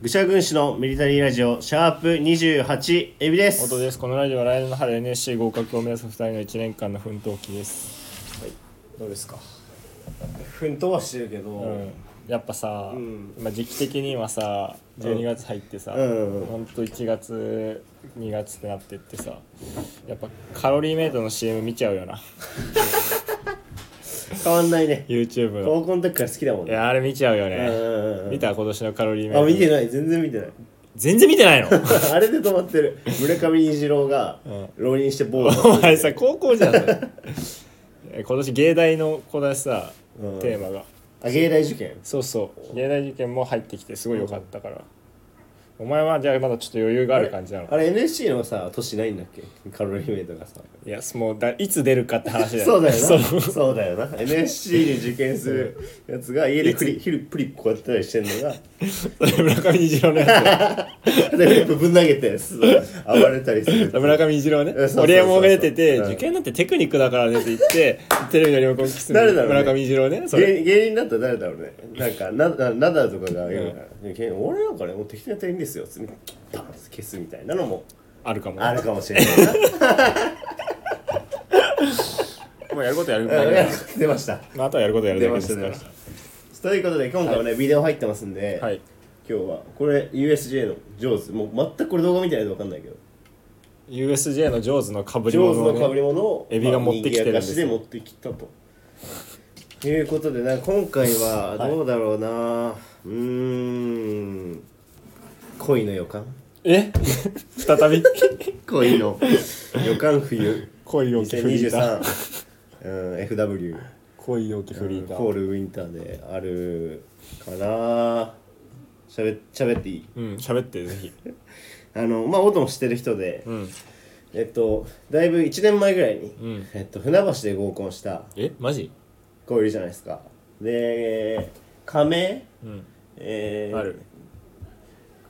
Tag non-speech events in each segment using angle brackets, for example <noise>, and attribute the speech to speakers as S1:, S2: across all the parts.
S1: 愚者軍師のミリタリーラジオシャープ28エビです
S2: 音ですこのラジオは来年の春 NSC 合格を目指す2人の1年間の奮闘記ですどうですか、
S1: 奮闘はしてるけど、
S2: うん、やっぱさ、
S1: ん
S2: 今時期的に今さ12月入ってさ、
S1: うん
S2: ほんと1月2月ってなってってさやっぱカロリーメイトの CM 見ちゃうよな
S1: 変わんないね
S2: YouTube の
S1: 高校の時から好きだもん
S2: い
S1: ね
S2: やあれ見ちゃうよ
S1: うん
S2: ね
S1: うんうん
S2: 見た今年のカロリーメイ
S1: あ
S2: ト
S1: 見てない全然見てない <laughs>
S2: 全然見てないの
S1: あれで止まってる村上虹郎が
S2: ん
S1: 浪人してボー
S2: お前さ高校じゃん <laughs> それえ今年芸大の子だしさ、
S1: うん
S2: テーマが
S1: あ芸大受験
S2: そうそう芸大受験も入ってきてすごい良かったから、お前はじゃあまだちょっと余裕がある感じなの
S1: あれ NSC のさ年ないんだっけカロリーメイトがさ
S2: いやもうだいつ出るかって話だよ
S1: そうだよ
S2: そう <laughs>
S1: なそうだよな NSC に受験するやつが家でクリ昼プリップこうやってたりしてんのが
S2: それ村上虹郎のや
S1: でフリップぶん投げてそう暴れたりする
S2: つ村上虹郎ね
S1: そうそうそうそう
S2: 俺もが出てて、
S1: うん
S2: 受験なんてテクニックだからねって言ってテレビのリモコンキスの
S1: 誰だろうね
S2: 村上虹郎ねそ
S1: 芸
S2: れ
S1: 芸人だったら誰だろうねなんかななナダルとかが言うから芸人俺なんかねもう適当にやったらいいんですよ」つってパンって消すみたいなのも
S2: あるかも
S1: あるかもしれないな <laughs>
S2: もうやることやるんだけど
S1: 出ました
S2: <laughs> まあ、あとはやることやる
S1: 出
S2: だけ
S1: ま
S2: で
S1: した
S2: すか
S1: 出
S2: ら
S1: ましたということで今回はね、ビデオ入ってますんで、
S2: はい
S1: 今日はこれ USJ の「ジョーズ」もう全くこれ動画見てないと分かんないけど
S2: USJ のジョーズのかぶ
S1: ジ
S2: り
S1: ョー
S2: 物
S1: ズ
S2: を、
S1: の
S2: ね、
S1: 被り物を
S2: エビが持ってきてるんで
S1: まあ
S2: す
S1: 賑やかしで持ってきたと。ということでな今回はどうだろうな、うーん恋の予感
S2: え <laughs> 再び <laughs>
S1: 恋の予感冬
S2: 恋をきフリーター
S1: 2023、うん、FW
S2: 恋をきフリータ
S1: ホー
S2: ー
S1: ルウィンターであるかなしゃべしゃべっていい
S2: うん喋ってぜひ
S1: あのまあ音も知ってる人で、
S2: うん
S1: えっとだいぶ1年前ぐらいに、
S2: うん
S1: えっと、船橋で合コンした
S2: えマジ
S1: 子いるじゃないですかで亀
S2: うん
S1: えー、
S2: ある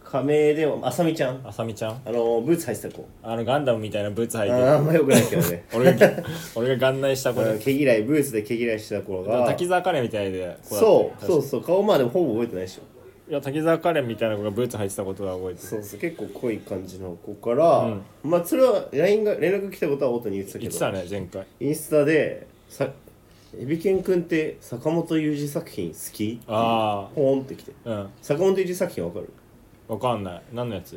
S1: 亀でもあさみちゃん
S2: あさみちゃん
S1: あのブーツ履いてた子
S2: あのガンダムみたいなブーツ履
S1: あーあ
S2: いて
S1: んまよくないけどね
S2: 俺が <laughs> 俺が眼内した子
S1: あの
S2: で
S1: 毛嫌いブーツで毛嫌いしてた頃が
S2: 滝沢カレンみたいでこ
S1: そうそうそう顔まあでもほぼ覚えてないでしょ
S2: うやっていや滝沢カレンみたいな子がブーツ履いてたことは覚えて
S1: そうそう結構濃い感じの子から、
S2: うん
S1: まあそれは LINE が連絡来たことは音に言ってた
S2: る
S1: け
S2: 言っ
S1: ど
S2: てたね前回
S1: インスタでさ「エビケン君って坂本雄二作品好き?」
S2: あ
S1: ポーンってきて
S2: あうん
S1: 坂本雄二作品わかる
S2: わかんない何のやつ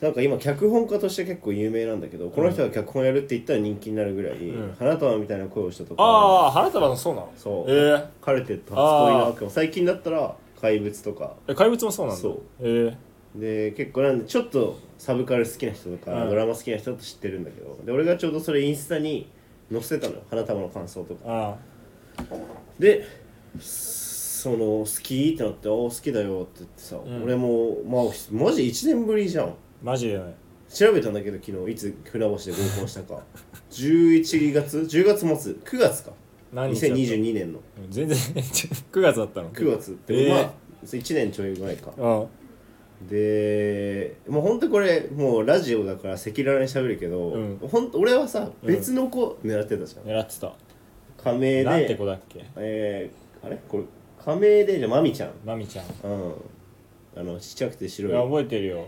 S1: なんか今脚本家として結構有名なんだけどこの人が脚本やるって言ったら人気になるぐらい、
S2: うん
S1: 花束みたいな声をしたとか
S2: ああ花束のそうなの
S1: そう
S2: えー
S1: カルテット初恋なわけも最近だったら怪物とか
S2: え怪物もそうなんだ
S1: そう
S2: ええ
S1: で結構なんでちょっとサブカル好きな人とか、
S2: うん
S1: ドラマ好きな人だと知ってるんだけどで俺がちょうどそれインスタに載せてたのよ花束の感想とか
S2: あ
S1: でその好きってなって「お好きだよ」って言ってさ、
S2: ん
S1: 俺もまあマジ1年ぶりじゃん
S2: あマジでね
S1: 調べたんだけど昨日いつ船橋で合コンしたか11月10月末9月か
S2: 何日だった
S1: 2022年の
S2: うん全然 <laughs> 9月だったの
S1: 9月って、
S2: えー
S1: まあ1年ちょい前か
S2: あ
S1: でもうほんとこれもうラジオだから赤裸々に喋るけど、
S2: うん
S1: ほんと俺はさ
S2: うん
S1: 別の子狙ってたじゃん、
S2: 狙ってた
S1: 仮名
S2: なんて
S1: で
S2: 子だっけ
S1: えー、あれこれ仮名でじゃあマミちゃん
S2: まみちゃんい
S1: うんあのちっちゃくて白い
S2: や
S1: わか
S2: 覚えてるよ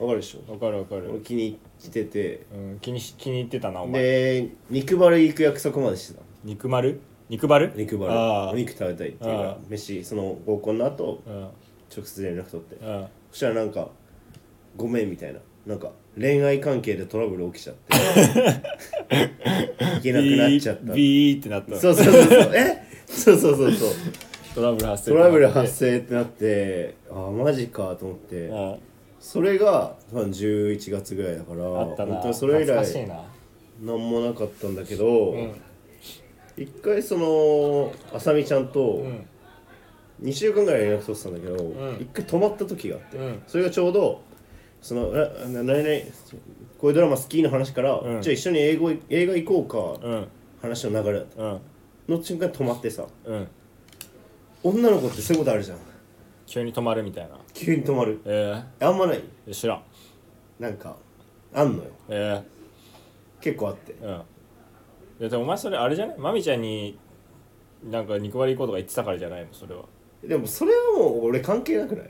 S1: るでしょ
S2: わかるわか
S1: 俺
S2: る
S1: 気に入ってて
S2: うん気にし気に入ってたなお前
S1: で肉バル行く約束までしてた
S2: 肉丸肉丸
S1: 肉バル
S2: ああ
S1: お肉食べたいっていうか
S2: あ
S1: ら
S2: ー
S1: 飯その合コンの後
S2: うん
S1: 直接連絡取って
S2: うん
S1: そしたらなんか「ごめん」みたいななんか恋愛関係でトラブル起きちゃって
S2: <laughs>
S1: 行けなくなっちゃった
S2: ビービーってなった
S1: そうそうそうそうえそうそうそうそう
S2: トラブル発生
S1: トラブル発生ってなってああマジかと思って
S2: うん
S1: それがまあ11月ぐらいだから
S2: あったな
S1: 本当にそれ以
S2: 懐かしい
S1: 来
S2: な
S1: 何もなかったんだけど
S2: うん
S1: 一回そのあさみちゃんと
S2: うん
S1: 2週間ぐらい連絡取ってたんだけど
S2: ん
S1: 一回止まった時があって
S2: うん
S1: それがちょうどそのなな何々こういうドラマ好きの話から、
S2: うん
S1: じゃあ一緒に英語映画行こうか、
S2: うん
S1: 話の流れだった
S2: うん
S1: の瞬間に止まってさ
S2: うん
S1: 女の子ってそういうことあるじゃん
S2: 急に止まるみたいな
S1: 急に止まる
S2: え
S1: あんまない
S2: え知らん
S1: なんかあんのよ
S2: え
S1: 結構あって
S2: えうんいやでもお前それあれじゃないまみちゃんになんか肉割り行こうとか言ってたからじゃないのそれは
S1: でもそれはもう俺関係なくない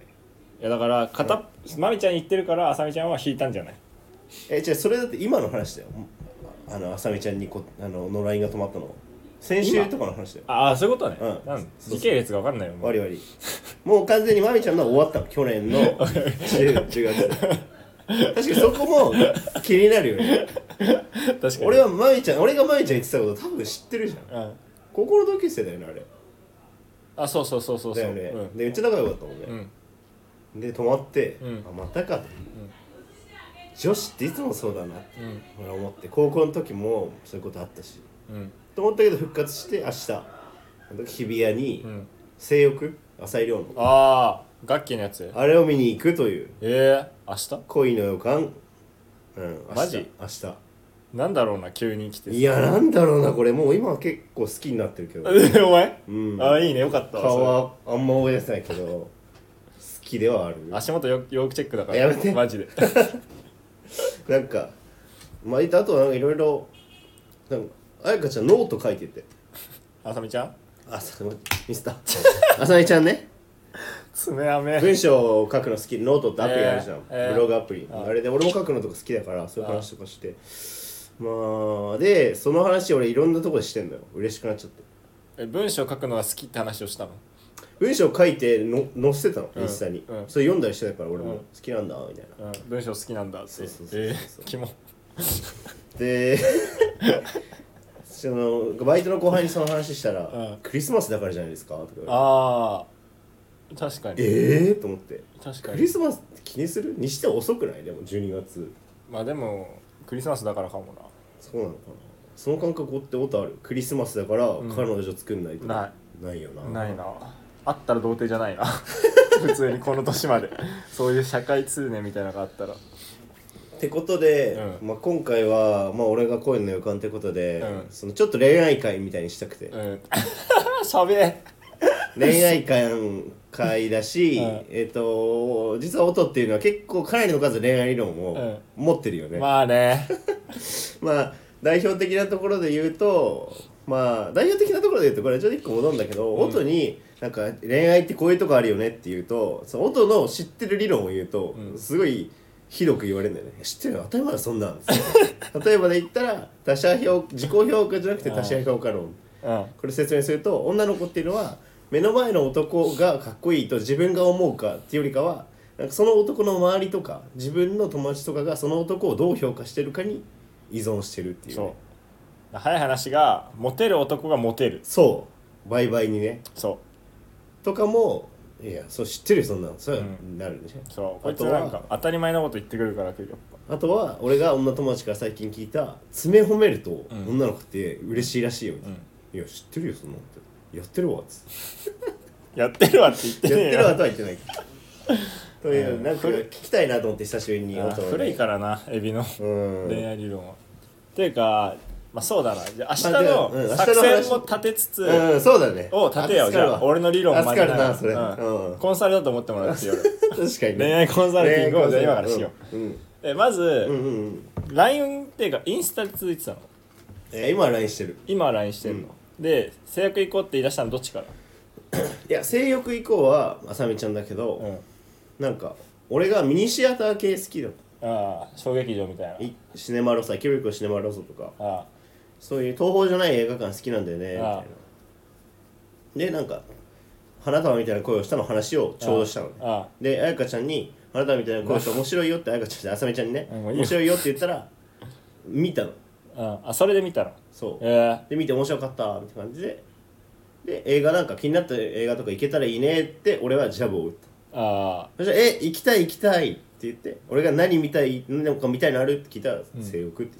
S2: いやだから片っ、まみちゃんに言ってるからあさみちゃんは引いたんじゃない
S1: えじゃあそれだって今の話だよあのあさみちゃんにこあのの LINE が止まったの先週とかの話だよ
S2: ああそういうことね、
S1: うん
S2: なん
S1: そう
S2: 時系列が分かんないよもう
S1: 割り割りもう完全にまみちゃんのは終わったの去年の10 10月確かにそこも気になるよね
S2: 確かに
S1: 俺はまみちゃん俺がまみちゃんに言ってたこと多分知ってるじゃん
S2: うん、
S1: 高校の同級生だよねあれ
S2: あそうそうそうそうそう
S1: だよね、
S2: うん
S1: でめっちゃ仲良かったもんね、
S2: うん
S1: で泊まって、
S2: うん
S1: あまたかと、女子っていつもそうだなって
S2: うん
S1: 俺は思って高校の時もそういうことあったし
S2: うん
S1: と思ったけど復活して明日あの日比谷に
S2: うん
S1: 性欲浅井亮の
S2: ああ楽器のやつ
S1: あれを見に行くという
S2: ええー、明
S1: 恋の予感うん明日
S2: マジ
S1: 明日
S2: 日なんだろうな急に来てさ
S1: いやなんだろうなこれもう今は結構好きになってるけど
S2: <laughs> えお前、
S1: うん
S2: ああいいねよかったわ
S1: 顔はあんま思い出せないけど好きではある
S2: それ足元よよくチェックだから
S1: やめて
S2: マジで <laughs>
S1: なんか、まあ、あとなんかいろいろなんか彩香ちゃんノート書いてて
S2: あさみちゃん
S1: あさミスター浅井ちゃんね
S2: 爪あめ
S1: 文章を書くの好きノートってアプリあるじゃん、
S2: えーえー
S1: ブログアプリ
S2: あ
S1: あれで俺も書くのとか好きだからそういう話とかしてまあでその話俺いろんなとこでしてんだよ嬉しくなっちゃって
S2: え文章書くのが好きって話をしたの
S1: 文章書いての載せてたの
S2: うん
S1: インスタに、
S2: うん
S1: それ読んだりしてたから俺も、
S2: うん
S1: 好きなんだみたいな
S2: うん文章好きなんだって
S1: そうそうそうそう
S2: えー、キモ
S1: で <laughs> そのバイトの後輩にその話したら、
S2: うん
S1: クリスマスだからじゃないですかとか言われて
S2: ああ確かに
S1: ええー、と思って
S2: 確か
S1: クリ
S2: に
S1: スマスって気にするにしては遅くないでも12月
S2: まあでもクリスマスだからかも
S1: そうなのかなその感覚ってことあるクリスマスだから
S2: ん
S1: 彼女作んないと
S2: ない
S1: ないよな
S2: なないなあったら童貞じゃな
S1: <laughs>
S2: いな普通にこの年までそういう社会通念みたいなのがあったら
S1: ってことで、
S2: う
S1: まあ、今回は、まあ、俺が恋の予感ってことで、
S2: うん
S1: そのちょっと恋愛会みたいにしたくて、
S2: うんしゃべれ
S1: 恋愛感会だし、
S2: うん
S1: えっ、と実は音っていうのは結構かなりの数恋愛理論を持ってるよね、まあ、
S2: まあね
S1: 代表的なところで言うとまあ代表的なところで言うとこれはちょっと一個戻るんだけど、
S2: うん
S1: 音になんか恋愛ってこういうとこあるよねっていうとその音の知ってる理論を言うと、
S2: うん
S1: すごいひどく言われるんだよね知ってるよ当 <laughs> たり前だそんなん例えばで言ったら他者評自己評価じゃなくて他者評価論、
S2: うん
S1: これ説明すると女の子っていうのは目の前の男がかっこいいと自分が思うかっていうよりかはなんかその男の周りとか自分の友達とかがその男をどう評価してるかに依存してるっていうね、
S2: そう早い話がモテる男がモテる
S1: そう倍々にね
S2: そ
S1: とかもいやそう知ってるよそんなのそうなるでしょ、
S2: うそうこ
S1: あ
S2: いつ
S1: と
S2: なんか
S1: は
S2: 当たり前のこと言ってくるからやっぱ
S1: あとは俺が女友達から最近聞いた爪褒めると
S2: うん
S1: 女の子って嬉しいらしいよ、みたいな
S2: うん
S1: いや知ってるよそんなのってやってるわっつって
S2: やってるわって言って
S1: やっ
S2: ね
S1: て
S2: え
S1: る
S2: よ
S1: わとは言ってない <laughs> というう、
S2: ん
S1: なんか聞きたいなと思って久しぶりに
S2: あー古いかららなエビの
S1: うん
S2: 恋愛理論は、っていうかまあそうだなじゃあ明
S1: まあ
S2: 日
S1: じゃあうん
S2: の作
S1: 明日の
S2: 戦
S1: 話
S2: も立てつつ、
S1: うんそうだね
S2: を立てようじゃあ俺の理論
S1: まで
S2: で
S1: 助かるなそれ、
S2: うん
S1: うん
S2: コンサルだと思ってもらってよ
S1: 確かに
S2: 恋愛コンサルティングをじゃあ今からしよ
S1: う、うん
S2: うえま
S1: うん、う
S2: ず、
S1: んうんうん、
S2: LINE っていうかインスタで続いてたの
S1: え今は LINE してる
S2: 今は LINE してんの、で制約行こうって言い出したのどっちから
S1: いや性欲以降はあさみちゃんだけど、
S2: うん
S1: なんか俺がミニシアター系好きだも
S2: ああ小劇場みたいなん
S1: いシネマロサキュリコシネマロソとか
S2: あ
S1: そういう東宝じゃない映画館好きなんだよねみたい
S2: ああ
S1: なでなんか花束みたいな声をしたの話をちょうどしたのね
S2: ああ
S1: で彩香ちゃんに「あなたみたいな声して面白いよ」って彩香ちゃんしてあさみちゃんにね「
S2: うんもういいよ
S1: 面白いよ」って言ったら見たの
S2: あああそれで見たの
S1: そう
S2: え
S1: で見て面白かったみたいな感じでで映画なんか気になった映画とか行けたらいいねって俺はジャブを打った
S2: えあ
S1: そしたら「え行きたい行きたい」って言って俺が何見たい何か見たいのあるって聞いたら「性欲」って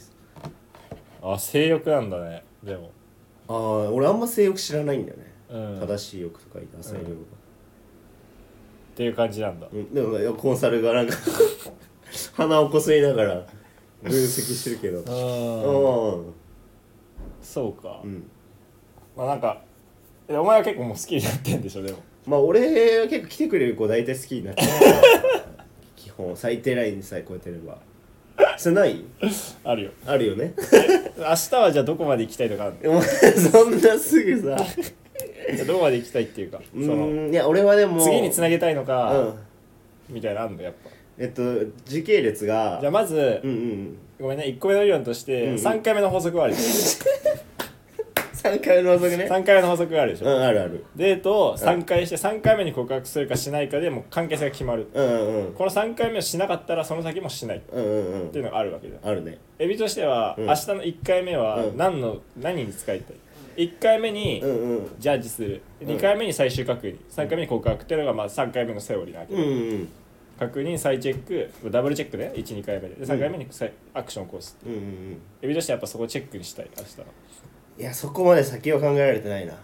S1: 言って
S2: ああ性欲なんだねでも
S1: たああ俺あんま性欲知らないんだよね、
S2: うんっ
S1: 正しい欲とか言って浅い欲とか、
S2: ていう感じなんだ
S1: うん、でもコンサルがなんか <laughs> 鼻をこすりながら分析してるけど
S2: あ
S1: うん
S2: そうか、
S1: うん
S2: まあなんかえお前は結構もう好きになってんでしょでも
S1: まあ俺は結構来てくれる子大体好きになっ
S2: <laughs>
S1: ちゃう基本最低ラインさえ超えてればそれない
S2: あるよ
S1: あるよね <laughs>
S2: 明日はじゃあどこまで行きたいとかある
S1: お前そんなすぐさ
S2: のじゃあどこまで行きたいっていうかそうの
S1: ーんいや俺はでも
S2: 次につな
S1: げ
S2: げたいのか、
S1: うん
S2: みたいなのあんだやっ
S1: えっと時系列
S2: ぱ
S1: が
S2: じゃあまず、
S1: うんうん
S2: ごめんね1個目の理論として、
S1: うんうん
S2: 3回目の法則はあるでし
S1: 3回の法則
S2: ょ
S1: ね
S2: 3回目の法則があるでし
S1: う
S2: ょ、
S1: んあるある
S2: デートを3回して3回目に告白するかしないかでもう関係性が決まる
S1: うんうん
S2: この3回目をしなかったらその先もしないっ
S1: うんうんう
S2: ていうんのがあるわけだよ
S1: あるね
S2: エビとしては、
S1: うん
S2: 明日の1回目は
S1: うん
S2: 何の、何に使いたい1回目に、
S1: うんうん
S2: ジャッジする
S1: ん
S2: 2回目に最終確認3回目に告白っていうのがまあ3回目のセオリーなわけ
S1: うん
S2: で、
S1: うん
S2: 確認再チェックダブルチェックね12回目でで3回目にさいアクションを起こす
S1: うんうんうん
S2: エビとしてはやっぱそこをチェックにしたい明日の
S1: いやそこまで先を考えられてないな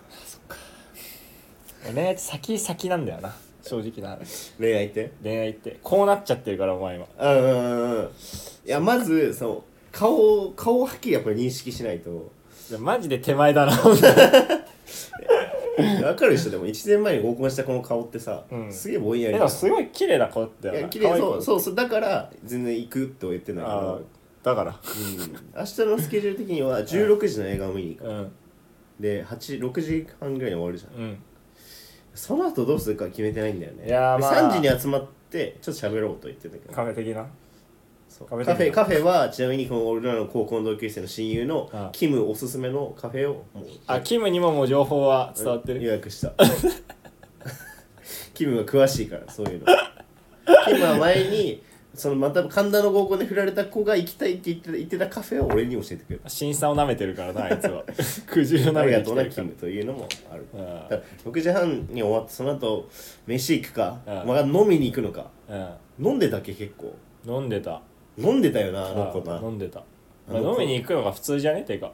S2: 恋愛って先先なんだよな正直な話
S1: 恋愛って
S2: 恋愛ってこうなっちゃってるからお前は
S1: うんうんうんいやまずそう顔を顔をはっきりやっぱり認識しない
S2: <laughs>
S1: と
S2: いやマジで手前 <laughs> だな
S1: わかるでしょでも1年前に合コンしたこの顔ってさ、
S2: うん
S1: すげえぼんや
S2: え
S1: り
S2: でもすごい綺麗な子だ
S1: い
S2: よ
S1: や
S2: な
S1: 綺麗
S2: 可愛い子
S1: そうそうそうだから全然行くとは言ってないけ
S2: あ
S1: ど
S2: ーだから
S1: うん明日のスケジュール的には16時の映画を見に行く
S2: うん
S1: で8 6時半ぐらいに終わるじゃん
S2: うん
S1: その後どうするか決めてないんだよね
S2: いやーまあ
S1: で3時に集まってちょっと喋ろうと言ってたけど
S2: カフェ的な
S1: そう
S2: カフェ
S1: カフェカフェはちなみにこの俺らの高校の同級生の親友
S2: あ
S1: の
S2: あ
S1: キムおすすめのカフェをもう
S2: あキムにももう情報は伝わってる
S1: 予約した <laughs> キムは詳しいからそういうのキムは前にそのまた神田の合コンで振られた子が行きたいって言ってた言ってたカフェを俺に教えてくれた
S2: 新さを舐めてるからなあいつは <laughs> 苦渋を
S1: あ
S2: 舐
S1: り
S2: め
S1: が
S2: て
S1: とう
S2: きて
S1: な
S2: る
S1: キ
S2: か
S1: ムというのもある
S2: ら
S1: だから6時半に終わってその後飯行くか、
S2: うん
S1: まあ、飲みに行くのか
S2: うん、
S1: 飲んでたっけ結構
S2: うん、飲んでた
S1: 飲んでたよなあの子
S2: あ
S1: な
S2: 飲んでた、
S1: あ
S2: まあ、
S1: の
S2: 飲
S1: 子
S2: みに行くのが普通じゃねていうか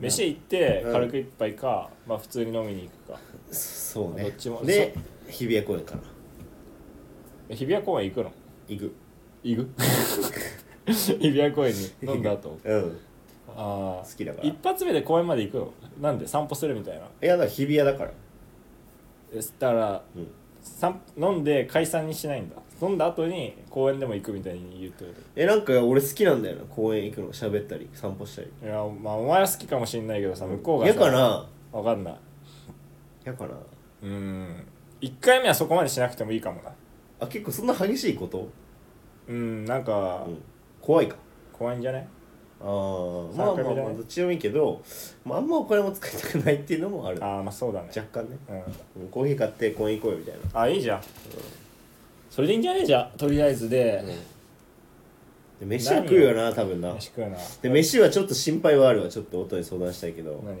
S2: 飯行って
S1: うん
S2: 軽く一杯か、まあ普通に飲みに行くか
S1: そうね
S2: どっちも
S1: で日比谷公園から
S2: え日比谷公園行くの
S1: 行く
S2: 行く <laughs> 日比谷公園に飲んだ
S1: <laughs>
S2: 後
S1: うん
S2: ああ
S1: 好きだからい
S2: 一発目で公園まで行くのなんで散歩するみたいな
S1: やだから日比谷だから
S2: えだから
S1: うん
S2: 散飲んで解散にしないんだ飲んだ後に公園でも行くみたいに言うってこ
S1: えなんか俺好きなんだよな公園行くの喋ったり散歩したり
S2: といやまあお前は好きかもしんないけどさ向こうが
S1: 嫌
S2: さ
S1: かな
S2: わかんない
S1: 嫌かな
S2: うーん1回目はそこまでしなくてもいいかもな
S1: あ結構そんな激しいこと、
S2: うんなんか
S1: うん、怖いか
S2: 怖いんじゃない
S1: あーまあまあ
S2: 三回目だ
S1: まあ
S2: ね
S1: どっちでもいいけど、まあ、あんまお金も使いたくないっていうのもある
S2: ああまあそうだね
S1: 若干ね
S2: うん
S1: うんコーヒー買って公園行こうよみたいな
S2: あいいじゃんそれでいいんじゃねえじゃあとりあえずで、
S1: で飯は食うよな多分な
S2: 飯食うな
S1: で飯はちょっと心配はあるわちょっと音に相談したいけど
S2: 何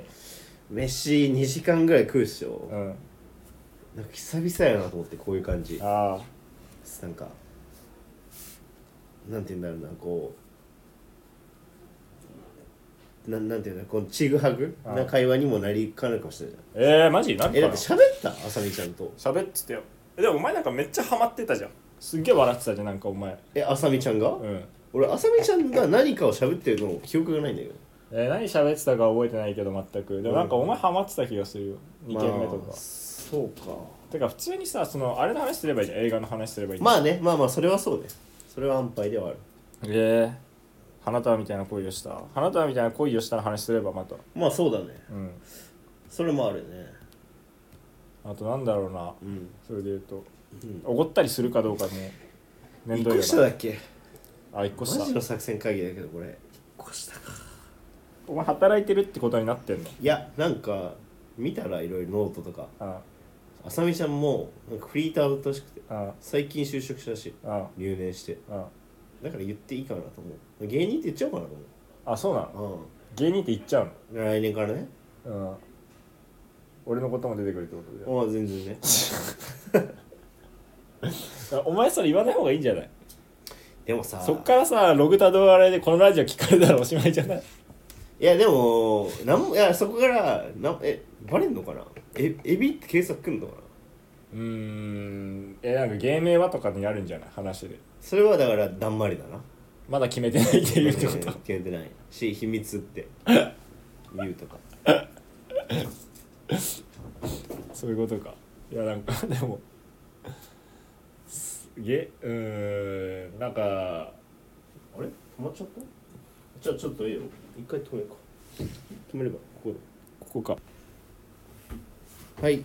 S1: 飯2時間ぐらい食うっしょ、
S2: うん
S1: なんか久々やなと思ってこういう感じ
S2: ああ
S1: なんかなんて言うんだろうなこうなんなんて言うんだろうこのちぐはぐ
S2: あ
S1: な会話にもなりかねるかもしれないじ
S2: えー、マジ
S1: ゃ
S2: 何
S1: ん
S2: か
S1: えだ
S2: な
S1: って喋ったあさみちゃんと
S2: 喋ってたよえでもお前なんかめっちゃハマってたじゃんすっげえ笑ってたじゃんなんかお前
S1: えあさみちゃんが、
S2: うん
S1: 俺あさみちゃんが何かを喋ってるの記憶がないんだけど
S2: えー、何喋ってたか覚えてないけど全くでもなんかお前ハマってた気がするよ2軒目とか、
S1: まあそうか
S2: てか普通にさそのあれの話すればいいじゃん映画の話すればいいじゃん
S1: まあねまあまあそれはそうねそれは安牌ではある
S2: ええ花束みたいな恋をした花束みたいな恋をしたの話すればまた
S1: まあそうだね
S2: うん
S1: それもあるね
S2: あとなんだろうな
S1: うん
S2: それで言うと
S1: うん
S2: おごったりするかどうかも面
S1: 一
S2: 倒
S1: 個
S2: よ
S1: 下
S2: な
S1: だっけ
S2: あ一
S1: マ
S2: 個下
S1: ジの作戦会議だけどこれ個下か
S2: お前働いてるってことになってんの
S1: いやなんか見たらいろいろノートとか
S2: あ
S1: あさみちゃんもなんかフリーターだったらしくて
S2: あ
S1: 最近就職したらしい
S2: ああ
S1: 留年して
S2: あ
S1: だから言っていいかなと思う芸人って言っちゃおうかなと
S2: あそうなの
S1: 思う
S2: 芸人って言っちゃう
S1: うん来年からね
S2: のうん俺のことも出てくるってことで
S1: ああ全然ね
S2: あお前それ言わない方がいいんじゃない
S1: でもさ
S2: そっからさログたどられでこのラジオ聞かれたらおしまいじゃない
S1: いやでもなんもいやそこからなんえバレんのかなえエビって警察来んのかな
S2: うーんえなんか芸名はとかになるんじゃない話で
S1: それはだからだんまりだな
S2: まだ決めてないっていうってこ
S1: え
S2: と
S1: ー決めてないし秘密って言うとか
S2: そういうことかいやなんか <laughs> でもすげえうーんなんか
S1: あれ止まっちゃったじゃあちょっといいよ一回止めるか止めればここ
S2: ここか
S1: ではい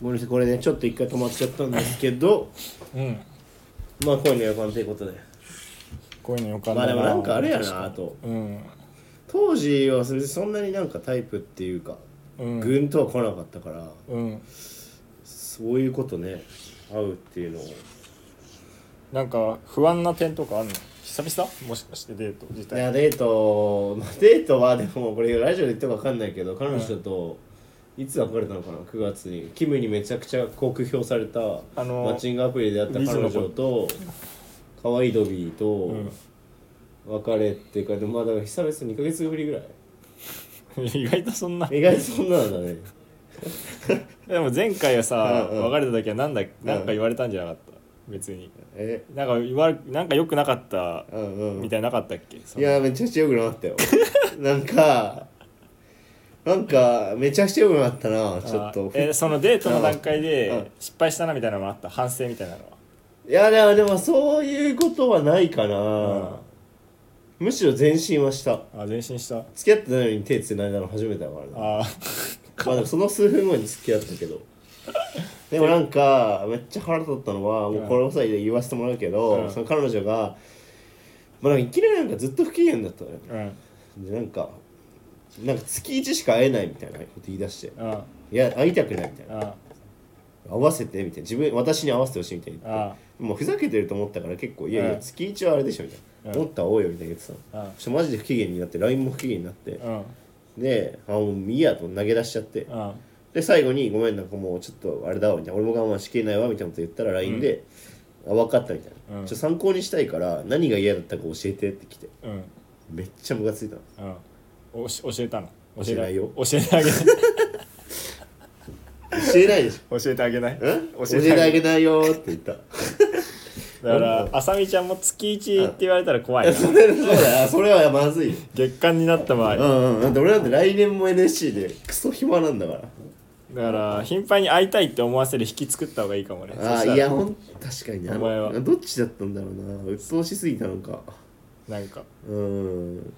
S1: ごめんなさいこれねちょっと一回止まっちゃったんですけど
S2: うん
S1: <laughs> まあ恋の予感ということで
S2: こういうのよかった
S1: まあでもなんかあれやなあと
S2: うん、
S1: 当時は別にそんなになんかタイプっていうか
S2: うん、
S1: ぐんとは来なかったから
S2: うん
S1: そういうことね会うっていうのを
S2: なんか不安な点とかあるの久々もしかしてデート自
S1: い
S2: 体
S1: やデート、まあ、デートはでもこれラジオで言ったか分かんないけど彼女といつ別れたのかな9月にキムにめちゃくちゃ酷評されたマ
S2: のー
S1: ッチングアプリであった彼女と可愛いドビーと
S2: ん
S1: 別れてからでもまあだから久々2ヶ月ぶりぐら
S2: <laughs> 意外とそんない
S1: 意外とそんなのだね
S2: でも前回はさ
S1: うんうん
S2: 別れた時はなんだなんか言われたんじゃなかった別に
S1: え
S2: なんか言わなんか良くなかった
S1: うんうん
S2: みたいななかったっけそ
S1: い
S2: の
S1: やめちゃくちゃ良くなか <laughs> ったよなんかなんかめちゃくちゃ良くなかったなちょっと
S2: あえそのデートの段階
S1: うんうん
S2: で失敗したなみたいなのもあった反省みたいなのはい
S1: やでもでもそういうことはないかな、
S2: ん
S1: むしろ前進はした
S2: あ前進した
S1: 付き合ってないのに手つないだの初めてだからな
S2: あ
S1: まあでもその数分後に付き合ったけ
S2: <laughs>
S1: どでもなんかめっちゃ腹立ったのはもうこの際で言わせてもらうけど、
S2: うん
S1: その彼女がまあなんかいきなりなんかずっと不機嫌だったのよ
S2: うん
S1: でなんかなんか月1しか会えないみたいなこと言い出して
S2: うん
S1: いや会いたくないみたいな
S2: あ
S1: 合わせてみたいな自分私に合わせてほしいみたいな言って
S2: あ
S1: もうふざけてると思ったから結構「いやいや
S2: うん
S1: 月一はあれでしょ」みたいな「
S2: うん
S1: もっと会おうよ」みたいな言ってたの
S2: あ
S1: そしてマジで不機嫌になって LINE も不機嫌になって
S2: うん
S1: で「あもういいや」と投げ出しちゃって
S2: うん
S1: で最後に「ごめんなんかもうちょっとあれだわ」みたいな「俺も我慢しきれないわ」みたいなこと言ったら LINE で「あ分かった」みたいな、
S2: うん
S1: ちょ参考にしたいから何が嫌だったか教えて」って来て
S2: うん
S1: めっちゃムカついたの
S2: うんおし教えたの
S1: 教えないよ
S2: 教えてあげ
S1: <laughs> 教えないでしょ
S2: <laughs> 教えてあげない
S1: ん
S2: 教
S1: 教
S2: え
S1: えて
S2: てあげ
S1: あげないよーって
S2: <laughs>
S1: 言った
S2: だからあさみちゃんも月1って言われたら怖いな
S1: それそうだよそれはまずいよ
S2: 月間になった場
S1: <laughs>
S2: 合
S1: う
S2: だ
S1: んうんだって俺なんて来年も NSC でクソ暇なんだから
S2: から頻繁に会いたいって思わせる引き作った方がいいかもねそ
S1: ああ
S2: したら
S1: いやほん確かにねあの
S2: お前は
S1: どっちだったんだろうな鬱陶しすぎたのか
S2: なんか、
S1: うーん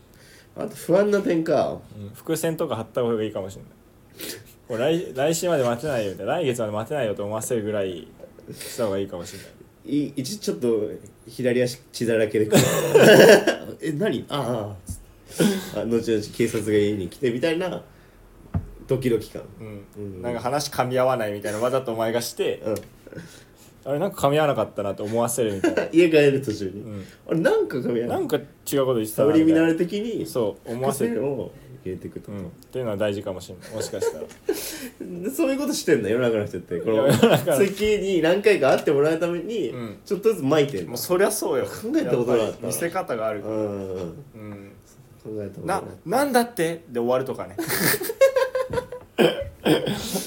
S1: あと不安な点か
S2: うん、伏線とか貼った方がいいかもしれないこれ来来週まで待てないよって来月まで待てないよと思わせるぐらいした方がいいかもしれない
S1: い一ちょっと左足血だらけで
S2: <laughs>
S1: え何ああつってあ後々警察が家に来てみたいなドキドキ感
S2: うん
S1: うん
S2: なんか話噛み合わないみたいなわざとお前がして
S1: うん <laughs>
S2: あれなんか噛み合わなかったなと思わせるみたいな、
S1: 家帰る途中に、
S2: うん、
S1: あれなんか髪
S2: な
S1: や
S2: んか違うこと言ってた
S1: サ
S2: な
S1: ブリミ
S2: みたい
S1: ナ
S2: な
S1: ル的に
S2: そう思わせ
S1: 癖
S2: る、
S1: を入れていくと
S2: う、ん、っていうのは大事かもしれないもしかしたら
S1: でそういうことしてんだ世の中の人ってこの
S2: 世の中の
S1: 月に何回か会ってもらうために、
S2: うん
S1: ちょっとずつ巻いてんの
S2: もうそりゃそうよ
S1: 考えたことなかった
S2: やっぱり見せ方がある
S1: う、ん
S2: うん、
S1: 考えたことな
S2: ないなんだってで終わるとかね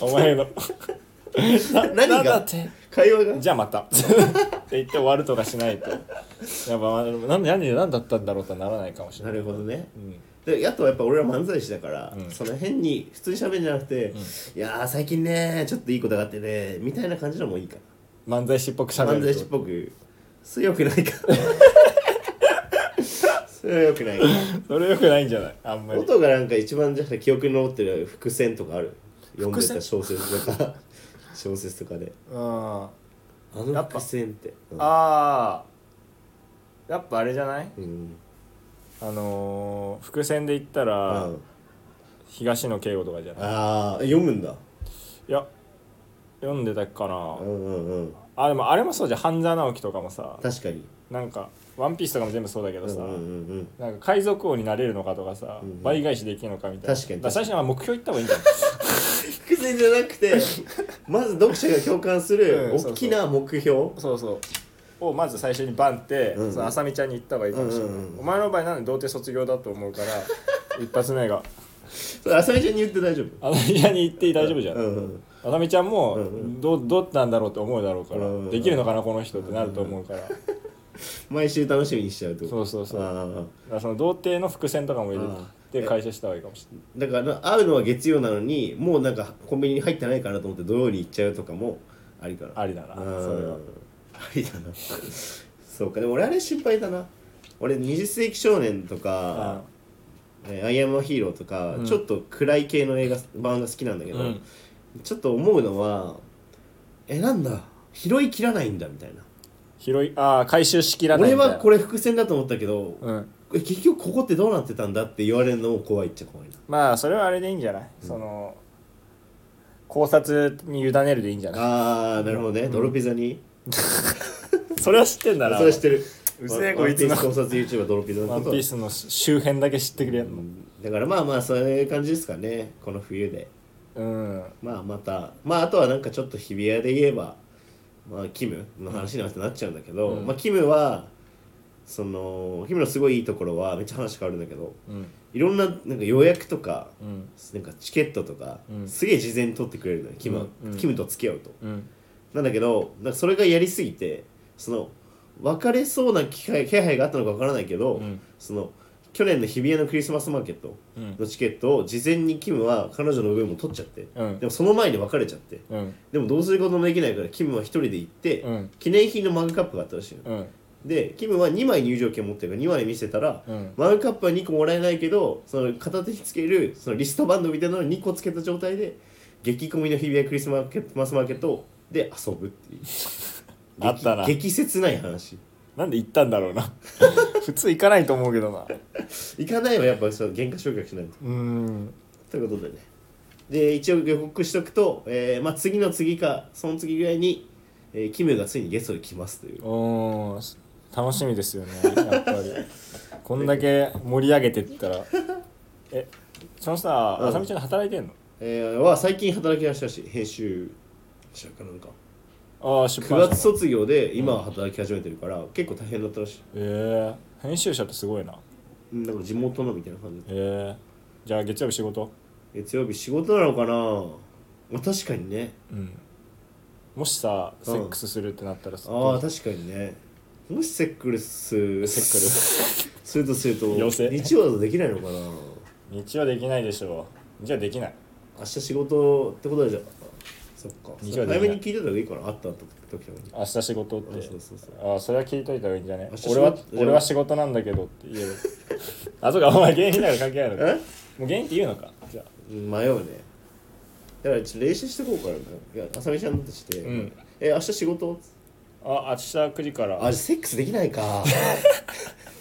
S2: お前 <laughs> の
S1: 何
S2: なんだ
S1: が
S2: って
S1: 会話が
S2: じゃあまたって言って終わるとかしないとやっぱ何で何で何だったんだろうとはならないかもしれな、
S1: ないるほどね
S2: うん、
S1: であとはやっぱ俺ら漫才師だから、
S2: うん
S1: その辺に普通に喋るんじゃなくて、いやー最近ねちょっといいことがあってねみたいな感じのもいいか
S2: 漫才師っぽくしゃ
S1: な
S2: べる
S1: 漫才師っぽ
S2: <laughs>
S1: くそれよくないかそれはよくないか
S2: それよくないんじゃないあんまり
S1: 音がなんか一番じゃあ記憶に残ってる伏線とかある読ん
S2: 伏
S1: で
S2: 線
S1: た小説とか <laughs> 小説とかで
S2: うんあ
S1: あの伏線ってうん
S2: あーやっぱあれじゃない
S1: うん
S2: あのー、伏線で言ったら、
S1: うん
S2: 東野圭吾とかじゃない
S1: ああ読むんだ
S2: いや読んでたかな、
S1: うんうんうん
S2: あでもあれもそうじゃん半沢直樹とかもさ
S1: 確かに
S2: なんか「ワンピースとかも全部そうだけ
S1: う
S2: ど
S1: んう
S2: さ、
S1: んうん
S2: なんか海賊王になれるのかとかさ、
S1: うん
S2: 倍返しできるのかみたいな
S1: 確かに
S2: だら最初は目標いった方がいいんじゃない
S1: 伏線じゃなく
S2: <laughs>
S1: てまず読者が共感する
S2: うんそうそう
S1: 大きな目標
S2: そうそうをまず最初にバンって、
S1: うん
S2: その浅見ちゃんに言った方がいいかもしれない、
S1: うんうんうん
S2: お前の場合なんで童貞卒業だと思うから <laughs> 一発目が
S1: それ浅見ちゃんに言って大丈夫
S2: 浅見ちゃんに言って大丈夫じゃん、
S1: うんうん
S2: あさみちゃんも
S1: うんう
S2: どどうなんだろうって思うだろうから、
S1: うんうん
S2: できるのかなこの人ってなると思うから、
S1: 毎週楽しみにしちゃうってこと
S2: そうそうそう
S1: あー
S2: だからその童貞の伏線とかも入
S1: ああ
S2: れて会社した方がいいかもしれ
S1: だから会うのは月曜なのにもうなんかコンビニに入ってないかなと思って土曜に行っちゃうとかもありかな
S2: ないありだな
S1: あ
S2: それは
S1: ありだな <laughs> そうかでも俺あれ心配だな俺20世紀少年とかえーアイアムアヒーローとか、
S2: うん
S1: ちょっと暗い系の映画版が好きなんだけど、
S2: うん
S1: ちょっと思うのはえなんだ拾いきらないんだみたいな
S2: 拾いああ回収しきらない
S1: 俺
S2: みたいな
S1: はこれ伏線だと思ったけど、
S2: うん、
S1: え結局ここってどうなってたんだって言われるのも怖いっちゃ怖いな
S2: まあそれはあれでいいんじゃない、その考察に委ねるでいいんじゃない
S1: あーなるほどね、泥ピザに
S2: それは知ってんだな
S1: それ知ってる
S2: うぜえ
S1: ワン
S2: こいつ
S1: ワ
S2: の
S1: ンピース考察 YouTuber 泥ピザの
S2: ワ
S1: こ
S2: ン
S1: と
S2: ピースの周辺だけ知ってくれやんの
S1: だからまあまあそういう感じですかねこの冬で
S2: うん、
S1: まあまたまああとはなんかちょっと日比谷で言えばまあキムの話になってなっちゃうんだけど、
S2: うん
S1: まあキムはそのキムのすごいいいところはめっちゃ話変わるんだけど
S2: うん
S1: いろんななんか予約とか
S2: うん
S1: なんかチケットとか、
S2: うん
S1: すげえ事前に取ってくれるのよキムは、
S2: うんうん
S1: キムと付き合うと
S2: うん
S1: なんだけどなんかそれがやりすぎてその別れそうな気配気配があったのかわからないけど、
S2: うん
S1: その去年の日比谷のクリスマスマーケット
S2: うん
S1: のチケットを事前にキムは彼女の分も取っちゃって、
S2: うん
S1: でもその前に別れちゃって
S2: うん
S1: でもどうすることもできないからキムは一人で行って、
S2: うん
S1: 記念品のマグカップがあったらしいの、
S2: うん
S1: でキムは2枚入場券持ってるから2枚見せたら、
S2: うん
S1: マグカップは2個もらえないけどその片手につけるそのリストバンドみたいなのに2個つけた状態で激混みの日比谷クリスマスマーケットで遊ぶっていう
S2: <laughs> あったな
S1: 激激切ない話
S2: なんで行ったんだろう <laughs> な普通行かないと思うけどな
S1: 行かないはやっぱその原価償却しないと
S2: うん
S1: ということでねで一応予告しとくと、えーまあ、次の次かその次ぐらいに、えーキムがついにゲストで来ますという
S2: おー楽しみですよねやっぱりこんだけ盛り上げてったらえそのさ
S1: うん
S2: あさみちゃん働いてんの
S1: えーは最近働き出したらしい編集者かなんか
S2: ああ出
S1: 9
S2: 版
S1: 月卒業で今は働き始めてるから結構大変だったらしい
S2: ええ編集者ってすごいな
S1: うんなんか地元のみたいな感じ
S2: ええじゃあ月曜日仕事
S1: 月曜日仕事なのかなまあ確かにね
S2: うんもしさ
S1: ん
S2: セックスするってなったらさ
S1: ああ
S2: どう
S1: 確かにねもしセックルス
S2: セ
S1: <laughs>
S2: ッ
S1: するとすると
S2: 妖精
S1: 日曜だとできないのかな
S2: クル日曜できないでしょう日曜できない
S1: 明日仕事ってことだじゃんそっか
S2: 日曜
S1: 早
S2: できない
S1: めに聞いてた方がいいかなあった時とかに
S2: 明日仕事っ
S1: あ
S2: て
S1: そうそうそう
S2: ああそれは聞いといた方がいいんじゃない
S1: 明日仕事
S2: 俺は
S1: じゃあ
S2: 俺は仕事なんだけどって言える <laughs> あそうかお前芸人だから関係ないのか
S1: え
S2: もう芸人って言うのかじゃあ
S1: うん迷うねだからちょっと練習してこうからねいやあさみちゃんだとして「
S2: うん
S1: え明日仕事?
S2: あ明日9時か」ら
S1: あセックスできない
S2: <laughs>
S1: か <laughs>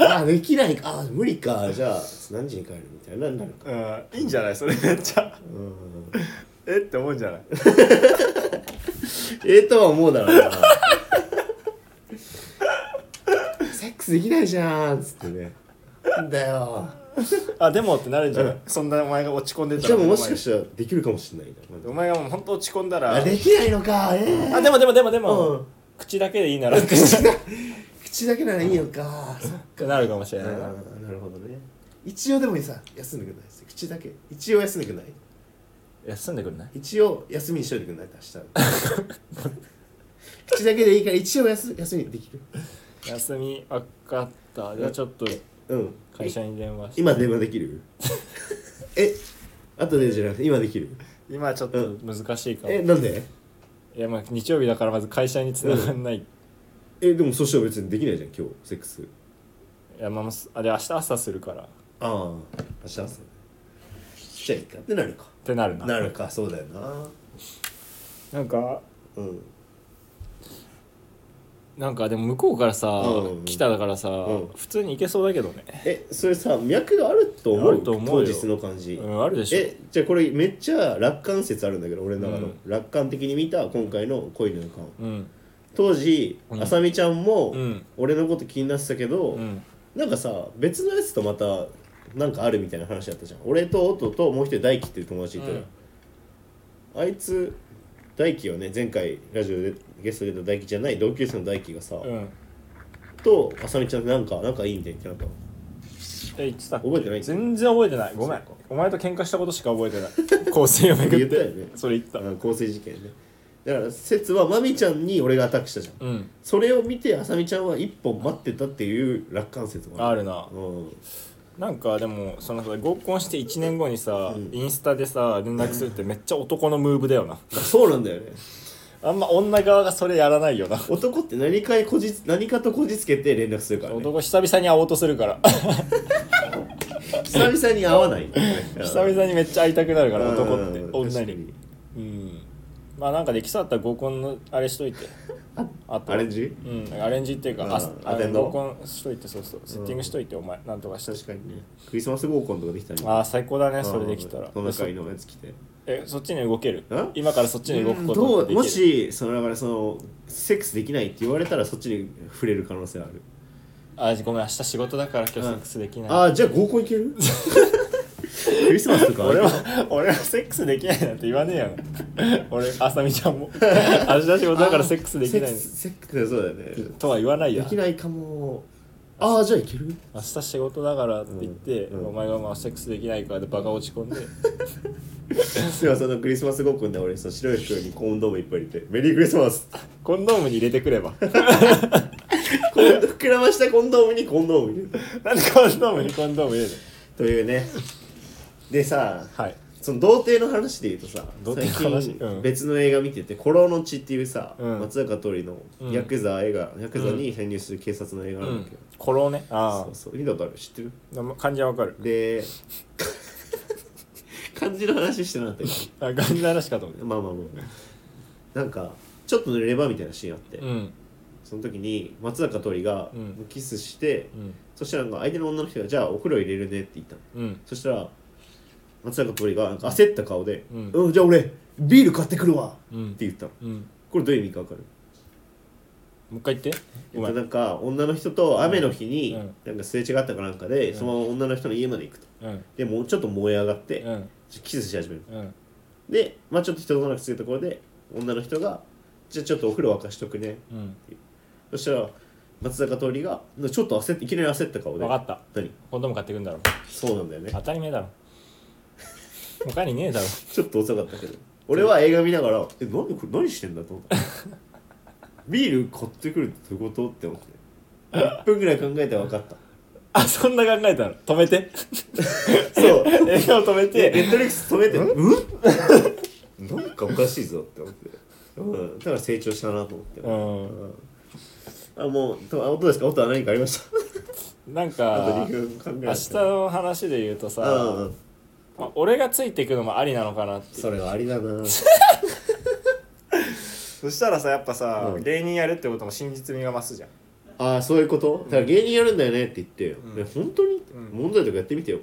S1: あできないかあ無理かじゃあ何時に帰るみたいなになるか
S2: うんいいんじゃないそれめっちゃ
S1: うん
S2: えって思うんじゃない
S1: ええとは思うだろ <laughs> うなセックスできないじゃんっつってねなんだよ
S2: あでもってなるんじゃない、そんなお前が落ち込んでた
S1: じゃ
S2: ら
S1: あもうもしかしたらできるかもしれないな
S2: お前がもう本当落ち込んだら
S1: あできないのかええ
S2: あでもでもでもでも、
S1: うん
S2: 口だけでい
S1: <laughs>
S2: いならって
S1: 口だけならいいのかそっか
S2: なるかもしれないな
S1: なるほどね一応でもさ休んでください口だけ一応休んでください
S2: 休んでくんない
S1: 一応休みにしといてください明日 <laughs> 口だけでいいから一応休休みできる
S2: 休み分かったじゃあちょっと
S1: うん
S2: 会社に電話して
S1: 今電話でき <laughs> るえ後でじゃなくて今できる
S2: 今ちょっと難しいかも、
S1: えなんで
S2: いやまあ日曜日だからまず会社につながんない、い
S1: えでもそしたら別にできないじゃん今日セックス
S2: やまああれ明日朝するからっ
S1: ああ明日朝じゃあいいかってなるか
S2: てなるな
S1: なるかそうだよな
S2: なんか
S1: うん
S2: なんかでも向こうからさ、
S1: うん
S2: 来ただからさ、
S1: うん
S2: 普通に行けそうだけどね
S1: えそれさ脈があると思
S2: あ
S1: う
S2: ると思うよ
S1: 当日の感じ、
S2: うんあるでしょ
S1: えじゃあこれめっちゃ楽観説あるんだけど俺の中の、
S2: うん
S1: 楽観的に見た今回の恋の予感
S2: うん
S1: 当時、
S2: うん
S1: あさみちゃんも、
S2: うん
S1: 俺のこと気になってたけど、
S2: うん
S1: なんかさ別のやつとまたなんかあるみたいな話だったじゃん俺と音ともう一人大輝っていう友達いたじゃん、あいつ大輝はね前回ラジオでゲストで出た大輝じゃない同級生の大輝がさ、
S2: うん
S1: とあさみちゃんなんかなんかいいみたいに言ってなかった
S2: え言ってた
S1: 覚えてない
S2: 全然覚えてないごめん
S1: そうか
S2: お前と喧嘩したことしか覚えてない <laughs> 香水をめぐっ
S1: 言ったよ
S2: て
S1: ね
S2: それ言った
S1: あの構成事件ねだから説はまみちゃんに俺がアタックしたじゃん
S2: うん
S1: それを見てあさみちゃんは一本待ってたっていう楽観説も
S2: あるな
S1: うん
S2: なんかでもそのさ合コンして1年後にさ、
S1: うん
S2: インスタでさ連絡するってめっちゃ男のムーブだよな
S1: そうなんだよね
S2: あんま女側がそれやらないよな、
S1: 男って何かこじつ何かとこじつけて連絡するから、ね、
S2: 男久々に会おうとするから
S1: 久々に会わない久
S2: 久々にめっちゃ会いたくなるから男って
S1: うん
S2: 女
S1: 確か
S2: にうんまあなんかできそうだったら合コンのあれしといてあと
S1: アレンジ
S2: うんアレンジっていうか
S1: うん
S2: あす
S1: ア
S2: あ
S1: テンド
S2: の合コンしといてそうそうセッティングしといてお前なんとかして
S1: 確かにねクリスマス合コンとかできたね
S2: ああ最高だねそれできたら
S1: トナカイのやつ来て
S2: えそっちに動ける
S1: ん
S2: 今からそっちに動くこ
S1: うん
S2: と
S1: どう
S2: ってできる
S1: もしそのだからそのセックスできないって言われたらそっちに触れる可能性ある
S2: あごめん明日仕事だから今日セックスできない、
S1: ああじゃあ合コン行け
S2: <laughs>
S1: るクリスマスとか
S2: 俺は <laughs> 俺はセックスできないなんて言わねえよ俺あさみちゃ <laughs> んも明日仕事だからセックスできな
S1: セッ
S2: い
S1: クスセックスそうだよね
S2: とは言わない
S1: で
S2: や
S1: きないかもああじゃあいけ
S2: <laughs>
S1: る
S2: 明日仕事だからって言って、
S1: うんうん
S2: お前がまあセックスできないからでバカ落ち込 <laughs> んで
S1: でもそのクリスマス合コンで俺その白い袋にコンドームいっぱい入れて「メリークリスマス
S2: コンドームに入れてくればなんで」
S1: コンド膨らましたコンドームにコンドーム入れる
S2: コンドームにコンドーム入れる
S1: というねでさ
S2: はい
S1: その童貞の話で言うとさ
S2: 童
S1: 最
S2: 貞の話う
S1: 近
S2: ん
S1: 別の映画見てて「コロの血」っていうさ、
S2: うん
S1: 松坂桃李の
S2: うん
S1: ヤクザ映画、ヤクザに潜入する警察の映画
S2: う
S1: なんだけ
S2: ん
S1: ど、
S2: コロねあ
S1: そうそう見たことある知ってる
S2: あ感じはわかる
S1: で漢字の話してなかったよ
S2: あ感じの話かと思って
S1: まあまあまあなんかちょっと濡れればみたいなシーンあって、
S2: うん
S1: その時に松坂桃李が
S2: うん
S1: キスして、
S2: うん
S1: そしたらなんか相手の女の人が「じゃあお風呂入れるね」って言ったの
S2: うん
S1: そしたら松坂桃李がなんか焦った顔で「
S2: う
S1: うんん、じゃあ俺ビール買ってくるわ」
S2: うん
S1: って言ったの
S2: うんも
S1: これどういう意味かわかる
S2: う一回言って
S1: え
S2: ご
S1: っ
S2: め
S1: と
S2: ん
S1: なんか女の人と雨の日に
S2: うん
S1: なんかすれ違ったかなんかでそのまま女の人の家まで行くと
S2: うん
S1: でもうちょっと燃え上がって
S2: うん
S1: キスし始める
S2: うん
S1: でまあちょっと人となくついたところで女の人が「じゃあちょっとお風呂沸かしとくね
S2: うん」
S1: そしたら松坂桃李がちょっと焦っていきなり焦った顔で
S2: 分かった
S1: 何
S2: コンドーム買ってくんだろ
S1: そうなんだよね
S2: 当たり前だろ他にねえだろ
S1: ちょっと遅かったけど俺は映画見ながら <laughs> 「えなんでこれ何してんだ?」と思ったビール買ってくるってどういうことって思って1分ぐらい考えて分かった
S2: あそんな考えたの止めて
S1: そう
S2: <laughs> 映画を止め
S1: でネ
S2: て
S1: ットフリックス止めて「うん? 」なんかおかしいぞって思って、うん、だから成長したなと思って、
S2: うん
S1: あもうとあ音ですか音は何かありました
S2: なん
S1: あと
S2: か
S1: 2分考え
S2: 明日の話で言うとさ、
S1: うんうん
S2: まあ、俺がついていくのもありなのかなって
S1: それはありだな
S2: そしたらさやっぱさ
S1: うん
S2: 芸人やるってことも真実味が増す <laughs> じゃん
S1: ああそういうことだから芸人やるんだよねって言ってよ、ね本当に、
S2: うん
S1: 問題とかやってみてよ、
S2: ん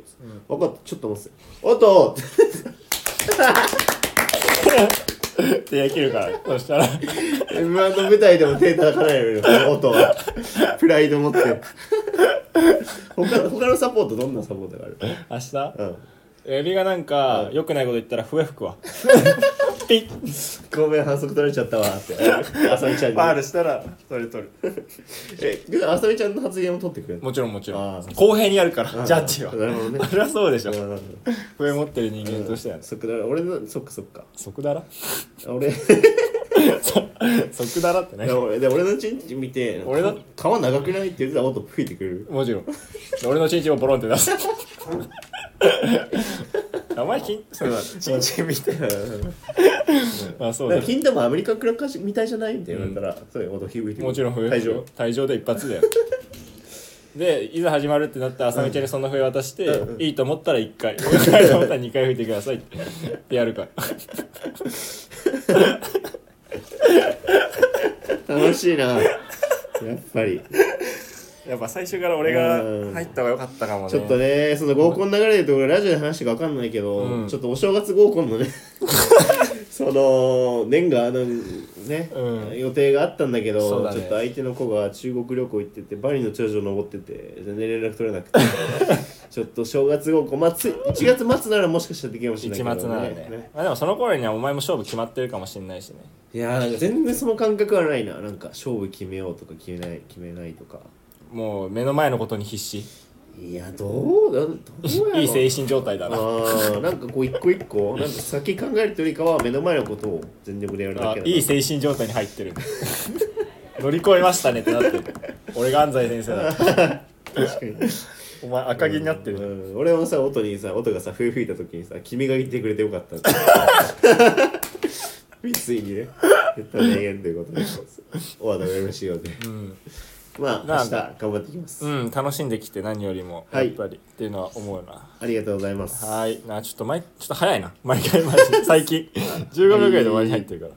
S1: 分かったちょっと待って音
S2: ってできるからそしたら <laughs>
S1: M1 の舞台でも手叩かないよこの音はプライド持って他の他のサポートどんなサポートがある
S2: 明
S1: う
S2: 日
S1: ん
S2: エビがなんか、
S1: うん
S2: 良くないこと言ったら笛吹く <laughs> わピッ
S1: ごめん反則取られちゃったわってあさみちゃんに
S2: したらそれ取る
S1: えあさみちゃんの発言を取ってくれる
S2: もちろんもちろ
S1: あ
S2: ん
S1: ー
S2: 公平にやるからジャッジは
S1: なるほどね
S2: それはそうでしょ
S1: うん
S2: 笛持ってる人間としてはね
S1: そっかだから俺のそっかそっか
S2: 即だら
S1: 俺
S2: <laughs> 即だらってね
S1: で俺で俺のチンチン見て
S2: 俺の
S1: 皮長くないって言ってたら音吹いてくれる
S2: もちろん俺のチンチンをボロンって出 <laughs> すお前金そうだチンチン見てあそうだ
S1: なんか金玉アメリカンクラッカーみたいじゃないって言われたら、そういう音響いてくる
S2: もちろん笛
S1: 退場
S2: 退場で一発 <laughs> だよでいざ始まるってなったら浅見ちゃんにそんな笛渡して、
S1: うん
S2: いいと思ったら1回良くないと思ったら2回吹いてくださいってってやるから
S1: 楽しいなやっぱり
S2: やっぱ最初から
S1: 俺が入った
S2: 方が良かったかもね
S1: ちょっとねその合コンの流れで言うと俺ラジオで話したか分かんないけど、
S2: うん
S1: ちょっとお正月合コン
S2: <laughs>
S1: のねその年があのね、
S2: うん
S1: 予定があったんだけ
S2: そう
S1: ど
S2: だね
S1: ちょっと相手の子が中国旅行行っててバリの頂上登ってて全然連絡取れな
S2: <laughs>
S1: くてちょっと正月合コン、まあ、つ1月末ならもしかしたらできるかもしれない
S2: 一
S1: け
S2: 末
S1: ど、
S2: ならねまあ、でもその頃にはお前も勝負決まってるかもしれないしね
S1: いやーなんか全然その感覚はないななんか勝負決めようとか決めない決めないとか
S2: もう目の前のことに必死
S1: いやどうだどうやろ
S2: いい精神状態だな
S1: あーなんかこう一個一個なんか先考えるというよりかは目の前のことを全力でやるだ
S2: あ
S1: けだから
S2: いい精神状態に入ってる乗り越えましたねってなってる俺が安西先生だ
S1: 確かに
S2: お前赤木になってる
S1: うん俺もさ音にさ音がさ笛吹いた時にさ君が言ってくれてよかったって <laughs> 三井にね絶対名言ということでおわだ MCO で
S2: うん
S1: まあ明
S2: な
S1: 日
S2: ん
S1: 頑張っていきます、
S2: うん、楽しんできて何よりも
S1: は
S2: や
S1: い
S2: っぱり、っていうのは思うな
S1: ありがとうございます
S2: はいなちょっと前ちょっと早いな毎回マジで最近15秒ぐらいで終わりに入ってるから